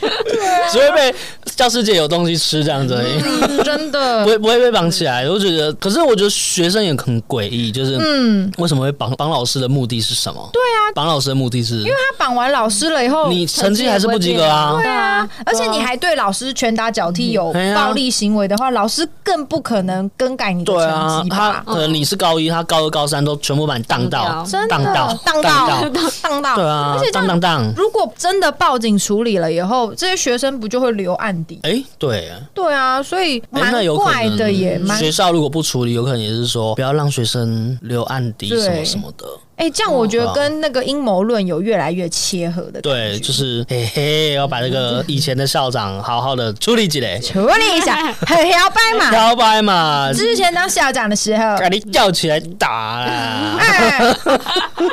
S3: 只会被教师节有东西吃这样子而已，
S1: 嗯真
S3: 不
S1: 的。
S3: 会不会被绑起来。我觉得，可是我觉得学生也很诡异，就是
S1: 嗯，
S3: 为什么会绑绑老师的目的是什么？对啊，绑老师的目的是
S1: 他绑完老师了以后，
S3: 你成绩还是不及格啊哎
S1: 对。啊，而且你还对老师拳打脚踢有暴力行为的话，老师更不可能更改你的
S3: 对啊
S1: 成绩，
S3: 他
S1: 吧？
S3: 可能你是高一，他高二、高三都全部把你当到
S2: 当掉，
S1: 真
S3: 当
S1: 的
S3: 到，
S1: 当
S3: 到，
S1: 当到，
S3: 对啊
S1: 而且，这
S3: 当
S1: 样，
S3: 当当，
S1: 如果真的报警处理了以后，这些学生不就会留案底？
S3: 哎，对，
S1: 对啊，所以
S3: 哎，
S1: 蛮
S3: 那有可
S1: 怪的耶，
S3: 能
S1: 蛮
S3: 学校如果不处理，有可能也是说不要让学生留案底
S1: 对
S3: 什么什么的，
S1: 哎、哎、这样我觉得跟那个阴谋论有越来越切合的感觉。
S3: 对，就是嘿嘿，要把这个以前的校长好好的处理起来，
S1: 处理一下，很摇摆嘛。
S3: 摇摆嘛，
S1: 之前当校长的时 候，
S3: 把你叫起来打 啦。
S1: 哎，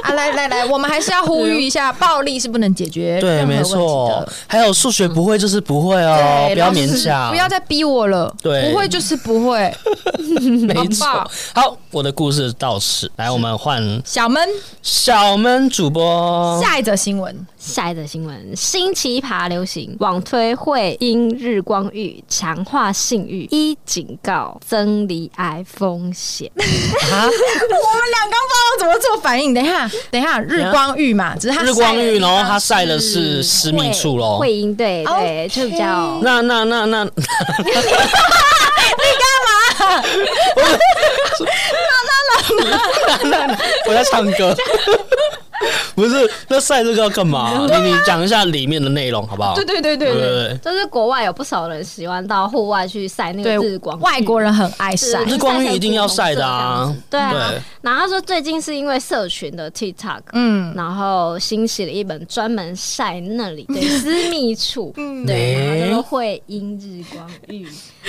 S1: 啊，来来来，我们还是要呼吁一下，暴力是不能解决
S3: 对，
S1: 任何
S3: 没
S1: 问题
S3: 错
S1: 的。。
S3: 还有数学不会就是不会哦，
S1: 对，
S3: 不要
S1: 老师
S3: 勉强，
S1: 不要再逼我了。
S3: 对
S1: 不会就是不会。
S3: 没
S1: 好
S3: 错
S1: 吧。
S3: 好，我的故事到此，来我们换
S1: 小闷，
S3: 小闷主播。
S1: 下一则新闻，
S2: 下一则新闻：新奇葩流行网推会因日光浴强化性欲，一警告增离癌风险。
S3: 啊
S1: 我们俩刚不知道怎么做反应。等一下，等一下，日光浴嘛，只是它
S3: 日光
S1: 晒了
S3: 浴，然后他晒的是私密处喽。
S2: 会阴对对
S1: OK
S2: 就比较
S3: 那那 那那，你干嘛？ 我在唱 歌。不是，那晒这个要干嘛？你你讲一下里面的内容好不好？
S1: 啊对对对对对
S3: 对
S2: 就是国外有不少人喜欢到户外去晒那
S1: 对
S2: 个日光浴，
S1: 外国人很爱晒
S2: 对。
S3: 日光浴一定要晒的啊
S2: 对啊
S3: 对。
S2: 然后他说最近是因为社群的 TikTok，
S1: 嗯，
S2: 然后兴起了一本专门晒那里的私密处，对，
S3: 哎
S2: 然后叫做会阴日光浴，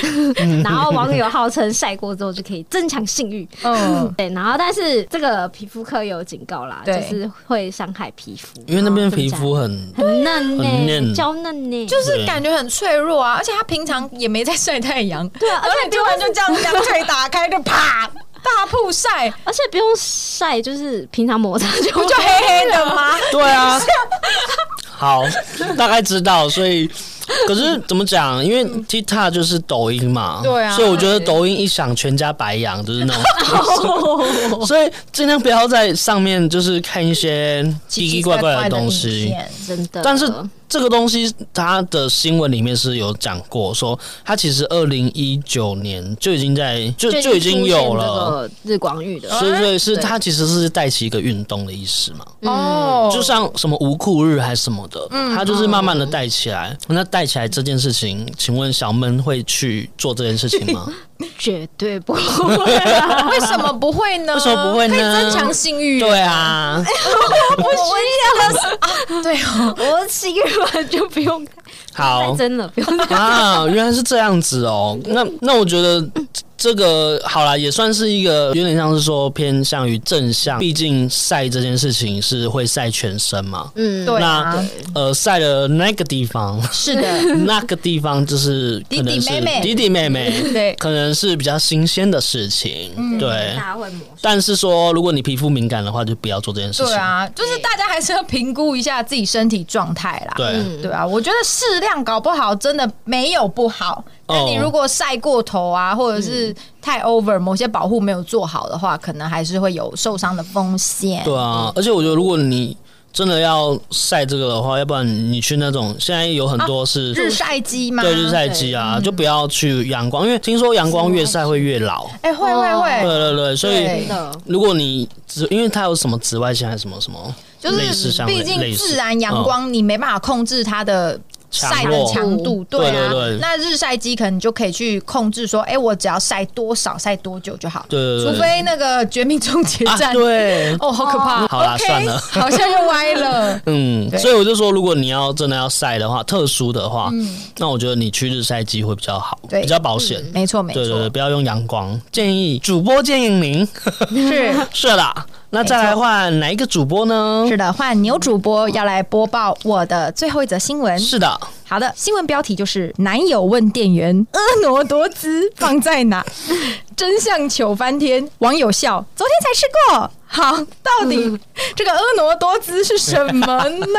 S2: 然后网友号称晒过之后就可以增强性欲，
S1: 嗯，
S2: 对，然后但是这个皮肤科有警告啦，就
S1: 对
S2: 是会伤害皮肤，
S3: 因为那边
S2: 然后
S3: 皮
S2: 增加
S3: 肤很
S2: 很嫩呢、
S3: 很嫩
S2: 娇嫩呢、
S1: 就是感觉很脆弱啊，而且他平常也没在晒太阳，对啊而且突然就这样两腿打开就啪大曝晒，
S2: 而且不用晒，就是平常摩擦就
S1: 不就黑黑的吗？
S3: 对啊，好，大概知道。所以，可是怎么讲？因为 TikTok 就是抖音嘛，
S1: 对啊
S3: 所以我觉得抖音一响，全家白养，就是那 种。所以尽量不要在上面就是看一些 奇奇怪怪的东
S1: 奇奇
S3: 西
S1: 怪怪。的影片
S2: 真的，
S3: 但是这个东西，它的新闻里面是有讲过，说它其实二零一九年就已经在就就已经有
S2: 最
S3: 了，
S2: 近出现这个日光浴的，
S3: 所以所以是
S2: 对
S3: 它其实是带起一个运动的意思嘛。
S1: 哦，嗯
S3: 就像什么无裤日还是什么的，它就是慢慢的带起来。那带起来这件事情，请问小闷会去做这件事情 吗？
S2: 绝对不会啊
S1: 为什么不会呢？
S3: 为什么不会呢
S1: 可以增强性欲，
S3: 对啊，
S1: 我需要啊， 对哦，
S2: 我七月份就不用再
S3: 好
S2: 真了，不用再
S3: 啊，原来是这样子哦。那那我觉得这个好啦，也算是一个有点像是说偏向于正向，毕竟晒这件事情是会晒全身嘛。
S2: 嗯，
S1: 对啊，
S3: 呃，晒了那个地方，
S1: 是 的，
S3: 那个地方就是可能
S1: 弟弟
S3: 是
S1: 妹妹
S3: 弟弟妹妹，
S1: 对
S3: 可能是比较新鲜的事情，
S1: 嗯
S3: 对。
S2: 大家会磨。
S3: 但是说，如果你皮肤敏感的话，就不要做这件事情。
S1: 对啊，就是大家还是要评估一下自己身体状态啦。
S3: 对，
S2: 嗯
S1: 对啊，我觉得适量搞不好真的没有不好，
S3: 哦
S1: 但你如果晒过头啊，或者
S3: 嗯
S1: 是太 over，某些保护没有做好的话，可能还是会有受伤的风险。
S3: 对啊。而且我觉得，如果你真的要晒这个的话，要不然你去那种现在有很多是、
S1: 啊日晒机吗？嗯
S3: 对日晒机啊，就不要去阳光，因为听说阳光越晒会越老。
S1: 哎、会会
S3: 对
S1: 会，
S3: 对对，所以
S1: 对
S2: 真的，
S3: 如果你紫，因为它有什么紫外线还是什么什么，
S1: 就
S3: 类似
S1: 是
S3: 像
S1: 毕竟
S3: 类似嗯
S1: 自然阳光你没办法控制它的。
S3: 强
S1: 晒的
S3: 弱
S1: 强度，对啊，
S3: 对对对
S1: 那日晒机可能你就可以去控制说，哎、我只要晒多少，晒多久就好。
S3: 对对对
S1: 除非那个《绝命终结
S3: 啊
S1: 战》
S3: 对，
S1: 哦，好可怕。
S3: 好啦
S1: OK，
S3: 算了
S1: 好像又歪 了。
S3: 嗯，
S1: 对
S3: 所以我就说，如果你要真的要晒的话，特殊的话，那我觉得你去日晒机会比较好，
S1: 嗯对嗯
S3: 比较保险。
S1: 没错，没
S3: 对
S1: 错，
S3: 对对，不要用阳光，建议主播建议您
S1: 是
S3: 是啦。那再来换哪一个主播呢？
S1: 是的，换牛主播要来播报我的最后一则新闻。
S3: 是的，
S1: 好的，新闻标题就是“男友问店员婀娜多姿放在 哪”，真相糗翻天。网友笑：昨天才吃过。好，到
S3: 嗯
S1: 底这个婀娜多姿是什么 呢？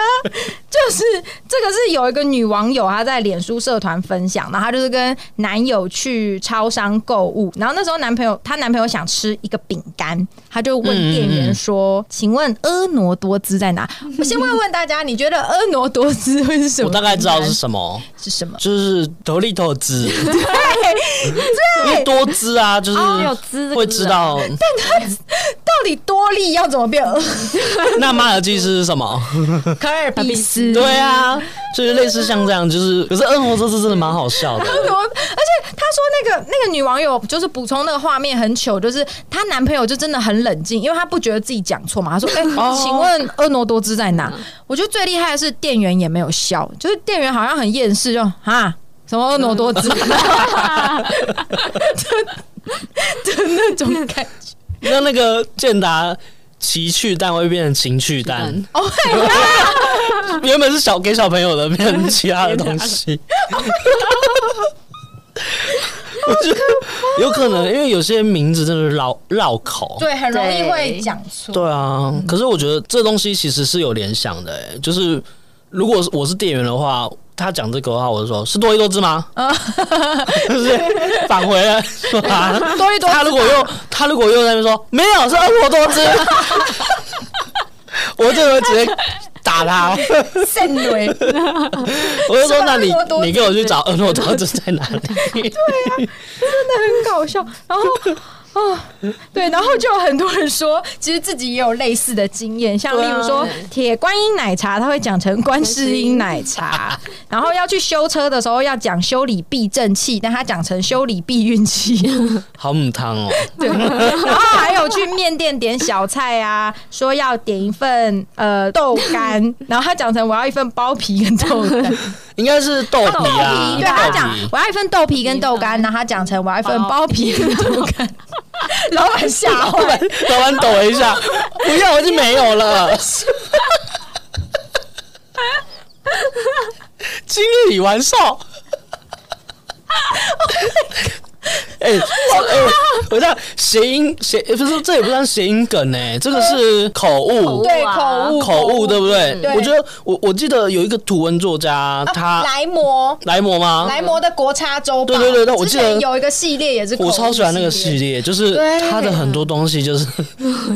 S1: 就是这个是有一个女网友，她在脸书社团分享，然后她就是跟男友去超商购物，然后那时候男朋友她男朋友想吃一个饼干，她就问店员说：“请问婀娜多姿在哪？”我先问问大家，你觉得婀娜多姿会是什么？
S3: 我大概知道是什么，
S1: 是什么？
S3: 就是头里头汁，因为多汁啊，就是
S2: 哦有汁
S3: 会知道。
S1: 到底多利要怎么变俄？
S3: 那马尔济斯是什么？
S1: 可尔必 斯
S3: 对啊，就是类似像这样，就是可是恶魔这次真的蛮好笑 的。
S1: 我而且他说那个那个女网友就是补充那个画面很糗，就是她男朋友就真的很冷静，因为他不觉得自己讲错嘛。他说：“哎、请问婀娜多姿在哪？”我觉得最厉害的是店员也没有笑，就是店员好像很厌世，就啊什么婀娜多姿， 就就那种感觉。
S3: 那那个健达奇趣蛋会变成情趣蛋，
S2: 嗯
S1: 哦，嘿
S3: 原本是小给小朋友的，变成其他的东西。我觉得有可能，因为有些名字真的是绕绕口。
S1: 对，很容易
S2: 对
S1: 会讲错。
S3: 对啊，可是我觉得这东西其实是有联想的、欸，就是如果是我是店员的话，他讲这个的话，我就说是多一多汁 吗？就是返回了说啊，
S1: 多一多姿
S3: 他如果又他如果又在那边说没有是二锅多汁， 我就会直接打他，
S1: 圣女，
S3: 我就说那你
S1: 是吧二锅多汁
S3: 你给我去找二锅多汁在哪里？
S1: 很搞笑。然后。哦，对，然后就有很多人说，其实自己也有类似的经验，像
S3: 对
S1: 例
S3: 啊
S1: 如说铁观音奶茶，他会讲成观世音奶茶，然后要去修车的时候要讲修理避震器，但他讲成修理避孕器，
S3: 好母汤哦，
S1: 然后还有去面店点小菜啊，说要点一份呃豆干，然后他讲成我要一份包皮跟豆干，
S3: 应该是豆皮啊，
S1: 对他讲
S3: 豆皮
S1: 我要一份豆皮跟豆干，哦然后他讲成我要一份包皮跟豆干， 老板吓
S3: 老
S1: 坏
S3: 板，老板抖了一下，不要，我就没有了。今日 已完售。哎、这哎、我这样谐音谐，不是这也不算谐音梗哎、这个是口误，
S1: 对
S2: 哇
S1: 口误
S3: 口误对不对？
S1: 对哦
S3: 我觉得我我记得有一个图文作家，他
S1: 莱摩。
S3: 莱摩吗？
S1: 莱摩的国差周报，
S3: 对对对对我
S1: 之
S3: 记得
S1: 前有一个系列也是口
S3: 我
S1: 误
S3: 超喜欢那个系
S1: 列，
S3: 列，就是
S1: 对
S3: 他的很多东 西，就是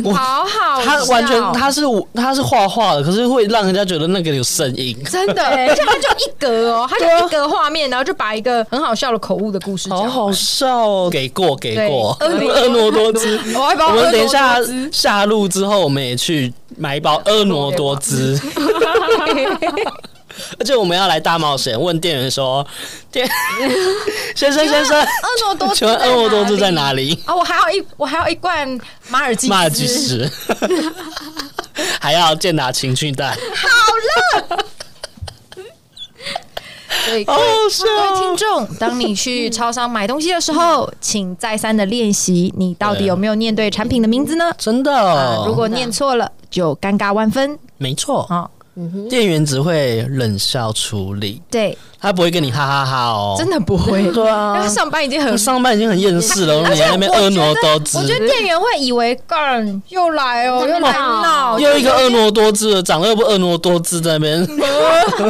S3: 我
S1: 好好笑，
S3: 他完全他是他是画画的，可是会让人家觉得那个有声音，
S1: 真 的，而且他就一格哦，
S3: 啊
S1: 他就一格画面，然后就把一个很好笑的口误的故事讲
S3: 好
S1: 完。
S3: 好笑哦！给过给过，
S1: 对
S3: 婀娜多姿。
S1: 我还把
S3: 我们等一下
S1: 婀娜多姿
S3: 下路之后，我们也去买一包婀娜多姿， 而且我们要来大冒险，问店员 说：“店 先生先生，
S1: 婀娜多姿
S3: 请问
S1: 在
S3: 婀娜多姿
S1: 哪
S3: 在
S1: 里？
S3: 哪里
S1: 啊，我还有一我还有一罐马尔济？”斯
S3: 马尔济斯， 还要健达情趣蛋，
S1: 对，
S3: 好
S1: 各
S3: 好
S1: 位
S3: 笑
S1: 各位听众，当你去超商买东西的时候，
S3: 嗯
S1: 请再三的练习，你到底有没有念对产品的名字呢？
S3: 真
S1: 啊，
S3: 的。
S1: 如果念错了，就尴尬万分
S3: 没错，
S1: 啊！
S3: 店员只会冷笑处理，
S1: 对，
S3: 他不会跟你哈哈哈哦。
S1: 真的不 会，
S3: 对啊
S1: 因为他上班已经很
S3: 他。上班已经很厌世 了，你还在那边婀娜多姿
S1: 我，觉得店员会以为干又来哦，又来闹，
S3: 又一个婀娜多姿的，长得又不婀娜多姿，在 那边，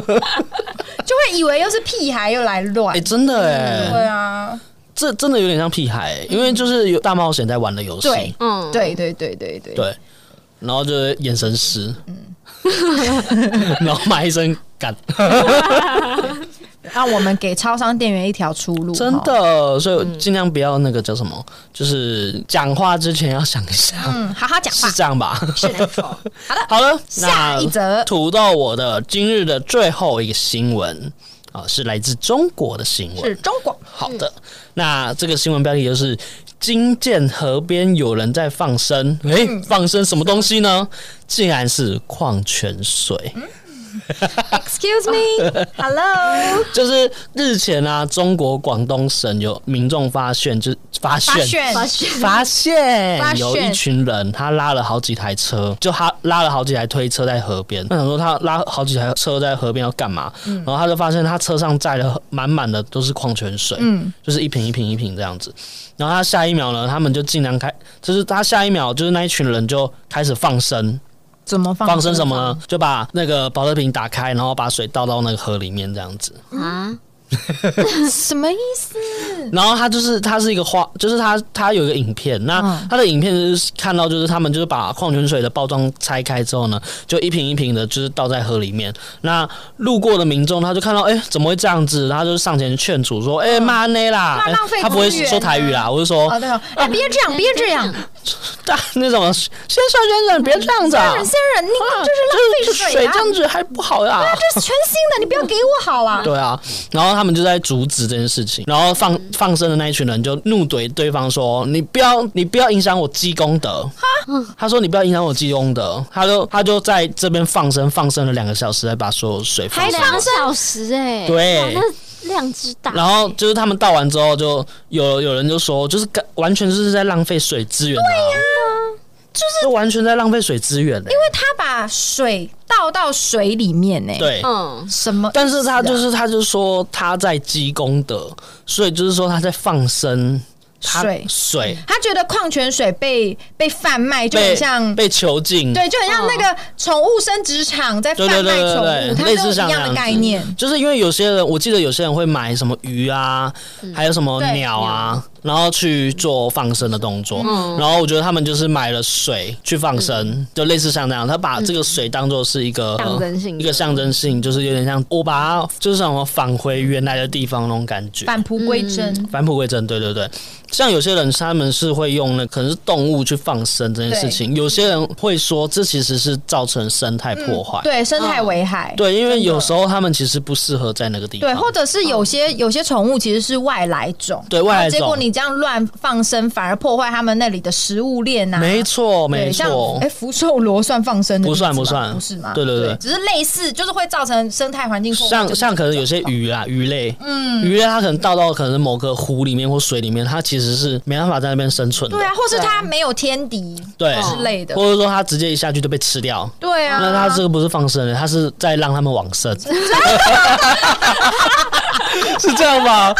S1: 就会以为又是屁孩又来乱
S3: 哎，。真的哎，
S1: 对啊，
S3: 这真的有点像屁孩，因为就是有大冒险在玩的游戏，
S1: 对
S2: 嗯，
S1: 对对对对对，
S3: 对，然后就是眼神湿，
S1: 嗯
S3: 然后骂一声干，
S1: 让我们给超商店员一条出路。
S3: 真
S1: 哦，
S3: 的，所以尽量不要那个叫什么，就是讲话之前要想一下，
S1: 嗯，好好讲话
S3: 是。这样吧？
S1: 是的，好的，
S3: 好了，
S1: 下一
S3: 那
S1: 则
S3: 土豆我的今日的最后一个新闻啊、是来自中国的新闻。
S1: 是嗯中国。
S3: 好的，那这个新闻标题就是“金剑河边有人在放生”，诶、
S1: 嗯
S3: 放生什么东西呢？竟然是矿泉水。
S1: 嗯 Excuse me，Hello，
S3: 就是日前啊，中国广东省有民众发现，就是发现
S1: 发炫
S2: 发现
S3: 发现
S1: 发现
S3: 有一群人，他拉了好几台车，就他拉了好几台推车在河边。那想说他拉好几台车在河边要干嘛？
S1: 嗯
S3: 然后他就发现他车上载了满满的都是矿泉水，
S1: 嗯
S3: 就是一瓶一瓶一瓶这样子。然后他下一秒呢，他们就尽量开，就是他下一秒就是那一群人就开始放生，
S1: 怎么放
S3: 放生什么？呢？就把那个保乐瓶打开，然后把水倒到那个河里面这样子。
S2: 啊，
S1: 什么意思？
S3: 然后他就是他是一个画，就是他他有一个影片，那
S1: 嗯
S3: 他的影片就是看到就是他们就是把矿泉水的包装拆开之后呢，就一瓶一瓶的，就是倒在河里面。那路过的民众他就看到，哎、怎么会这样子？他就上前劝阻说，哎、骂内啦，
S1: 那
S3: 哎
S1: 嗯浪费
S3: 他不会
S1: 资源啊
S3: 说台语啦，我就说， 啊
S1: 哦，对哦，哎，别这样，别这样，
S3: 大那什么，先生先生，别这样子、
S1: 先
S3: 啊
S1: 生，先生，你这是浪费这
S3: 水
S1: 里啊
S3: 这，样子还不好啊呀、
S1: 这是全新的，你不要给我好了。
S3: 对啊，然后他们就在阻止这件事情，然后放放生的那一群人就怒怼对方说：“你不要，你不要影响我积功德。” 他说：“你不要影响我积功德。”他就他就在这边放生，放生了两个小时，才把所有水放
S2: 还
S3: 生。
S2: 两小时哎、
S3: 对
S2: 哇那量之大，
S3: 然后就是他们倒完之后就，有有人就说，就是干完全就是在浪费水资源、啊。对呀、就是完全在浪费水资源、欸。因为
S1: 他把水倒到水里面呢、，
S3: 对，
S2: 嗯，
S1: 什么意思啊？
S3: 但是他就是他就说他在积功德，所以就是说他在放生他
S1: 水
S3: 水
S1: 他觉得矿泉水被被贩卖，就很
S3: 被
S1: 像
S3: 被囚禁，
S1: 对，就很像那个宠物生殖场在贩卖
S3: 对对对
S1: 宠物，
S3: 对对，
S1: 它
S3: 类
S1: 都
S3: 似
S1: 是
S3: 像
S1: 一
S3: 那
S1: 样的
S3: 样子
S1: 概念。
S3: 就是因为有些人，我记得有些人会买什么鱼啊，
S2: 嗯
S3: 还有什么
S1: 对
S3: 鸟啊，然后去做放生的动作。
S2: 嗯
S3: 然后我觉得他们就是买了水去放生，就类似像那样，他把这个水当做是一个
S2: 嗯象征性
S3: 一个象征性，就是有点像我把它就是什么返回原来的地方那种感觉。
S1: 返璞归真，
S3: 返璞归真，对对对，像有些人他们是会用那可能是动物去放生这件事情，有些人会说这其实是造成生态破坏，
S1: 嗯对生
S3: 嗯
S1: 态危害，
S3: 对，因为有时候他们其实不适合在那个地方，
S1: 对，
S3: 嗯
S1: 或者是有些有些宠物其实是外来种，
S3: 对外来种
S1: 结果你这样乱放生，反而破坏他们那里的食物链呐。
S3: 没错
S1: 啊对
S3: 没
S1: 像
S3: 错
S1: 哎，，福寿螺算放生的
S3: 不
S1: 例子吗？
S3: 算不算
S1: 不是吗？
S3: 对对对
S1: 只是类似，就是会造成生态环境破坏。
S3: 像
S1: 就是
S3: 像可能有些鱼啊鱼类，嗯，鱼类它可能到到可能某个湖里面或水里面，它其实是没办法在那边生存的
S1: 对，啊，或是它没有天敌
S3: 对，
S1: 之类的，
S3: 或者说它直接一下去就被吃掉。
S1: 对啊，
S3: 那它这个不是放生的，它是在让他们往 生， 是这样吗？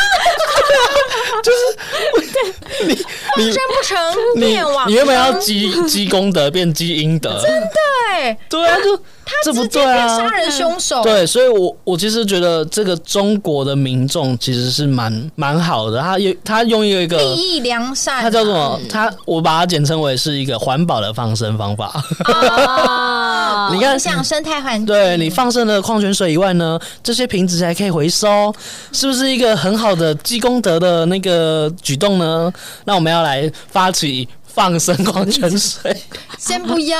S3: 就是你
S1: 真不成
S3: 你
S1: 变啊往
S3: 你你原本要积积功德变积阴德，
S1: 对，
S3: 对啊，就这不
S1: 直接
S3: 对
S1: 变
S3: 啊，
S1: 杀人凶手，
S3: 对，所以我我其实觉得这个中国的民众其实是蛮蛮好的，他有他用一个
S1: 利益良善啊，
S3: 他叫什么？他我把它简称为是一个环保的放生方法。
S2: 啊，
S3: 你看
S1: 哦
S3: 嗯
S1: 影响生态环境，
S3: 对你放生了矿泉水以外呢，这些瓶子还可以回收，是不是一个很好的积功德的那个举动呢？那我们要来发起放生矿泉水。
S1: 先不要，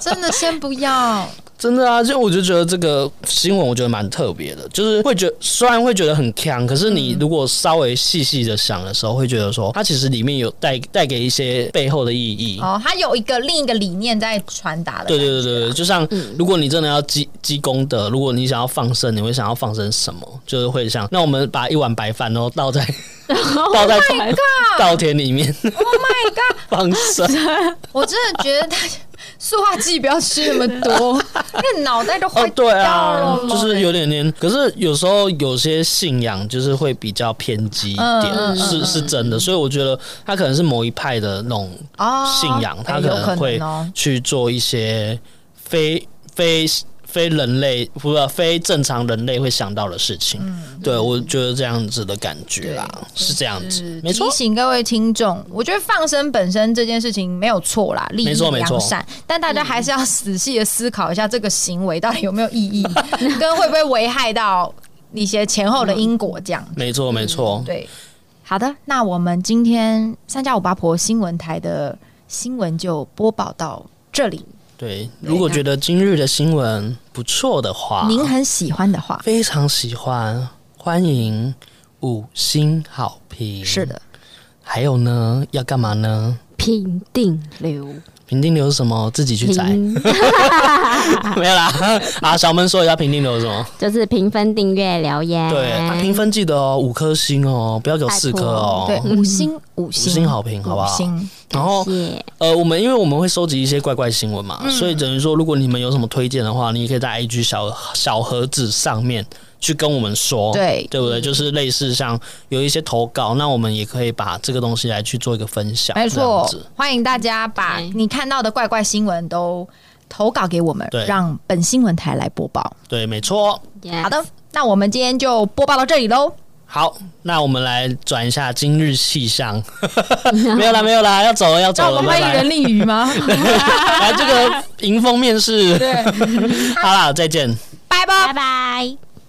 S1: 真的先不要。
S3: 真的啊，就我就觉得这个新闻，我觉得蛮特别的，就是会觉虽然会觉得很强，可是你如果稍微细细的想的时候，会觉得说它其实里面有带 带给一些背后的意义。
S1: 哦，他有一个另一个理念在传达的，
S3: 对对对对对，就像如果你真的要积积功德，如果你想要放生，你会想要放生什么？就是会想，那我们把一碗白饭，然后倒在 倒在稻田里面
S1: Oh my god！
S3: 放生。
S1: 我真的觉得他塑化剂不要吃那么多，那脑袋都坏
S3: 哦，
S1: 掉
S3: 对啊
S1: 了，，
S3: 就是有点点，可是有时候有些信仰就是会比较偏激一点，
S1: 嗯嗯嗯
S3: 是是真的，所以我觉得他可能是某一派的那种
S1: 哦
S3: 信仰，
S1: 哎
S3: 他
S1: 有可
S3: 能会
S1: 哦
S3: 去做一些非非非人类不是非正常人类会想到的事情。
S1: 嗯
S3: 对我觉得这样子的感觉啦，是这样子
S1: 是，
S3: 没错
S1: 提。醒各位听众，我觉得放生本身这件事情没有错啦，利益
S3: 没错没错
S1: 良善，但大家还是要仔细的思考一下这个行为到底有没有意 义，跟会不会危害到一些前后的因果这样。
S3: 没错，没错。
S1: 对，好的，那我们今天三加五八婆新闻台的新闻就播报到这里。
S3: 对，如果觉得今日的新闻不错的话，
S1: 您很喜欢的话，
S3: 非常喜欢，欢迎五星好评。
S1: 是，的，
S3: 还有呢，要干嘛呢？
S2: 评定流
S3: 评定流是什么？自己去摘，
S2: 评，
S3: 没有啦。啊，小闷说一下评定流是什么？
S2: 就是评分、订阅、留
S1: 嗯
S2: 言，
S3: 对，啊评、分记得哦，五颗星哦，不要给我四颗哦。
S1: 对，五星五星
S3: 星好评好不好
S1: 五星
S3: 然后
S2: 谢，
S3: 呃，我们因为我们会收集一些怪怪新闻嘛，
S1: 嗯
S3: 所以等于说，如果你们有什么推荐的话，你也可以在 IG 小小盒子上面去跟我们说，
S1: 对
S3: 对不对？哦就是类似像有一些投稿，那我们也可以把这个东西来去做一个分享，
S1: 没
S3: 这样
S1: 错
S3: 子，
S1: 欢迎大家把
S2: 对
S1: 你看到的怪怪新闻都投稿给我们
S3: 对，
S1: 让本新闻台来播报。
S3: 对，没错。
S1: 好的，那我们今天就播报到这里喽。
S3: 好，那我们来转一下今日 气象。没有啦，没有啦，要走了，要
S1: 那
S3: 走
S1: 我
S3: 了，
S1: 们
S3: 拜
S1: 欢迎
S3: 拜
S1: 人。力鱼吗？
S3: 来，这个迎风面试，
S1: 对，
S3: 好啦，再见。
S1: 拜拜
S2: 拜。拜。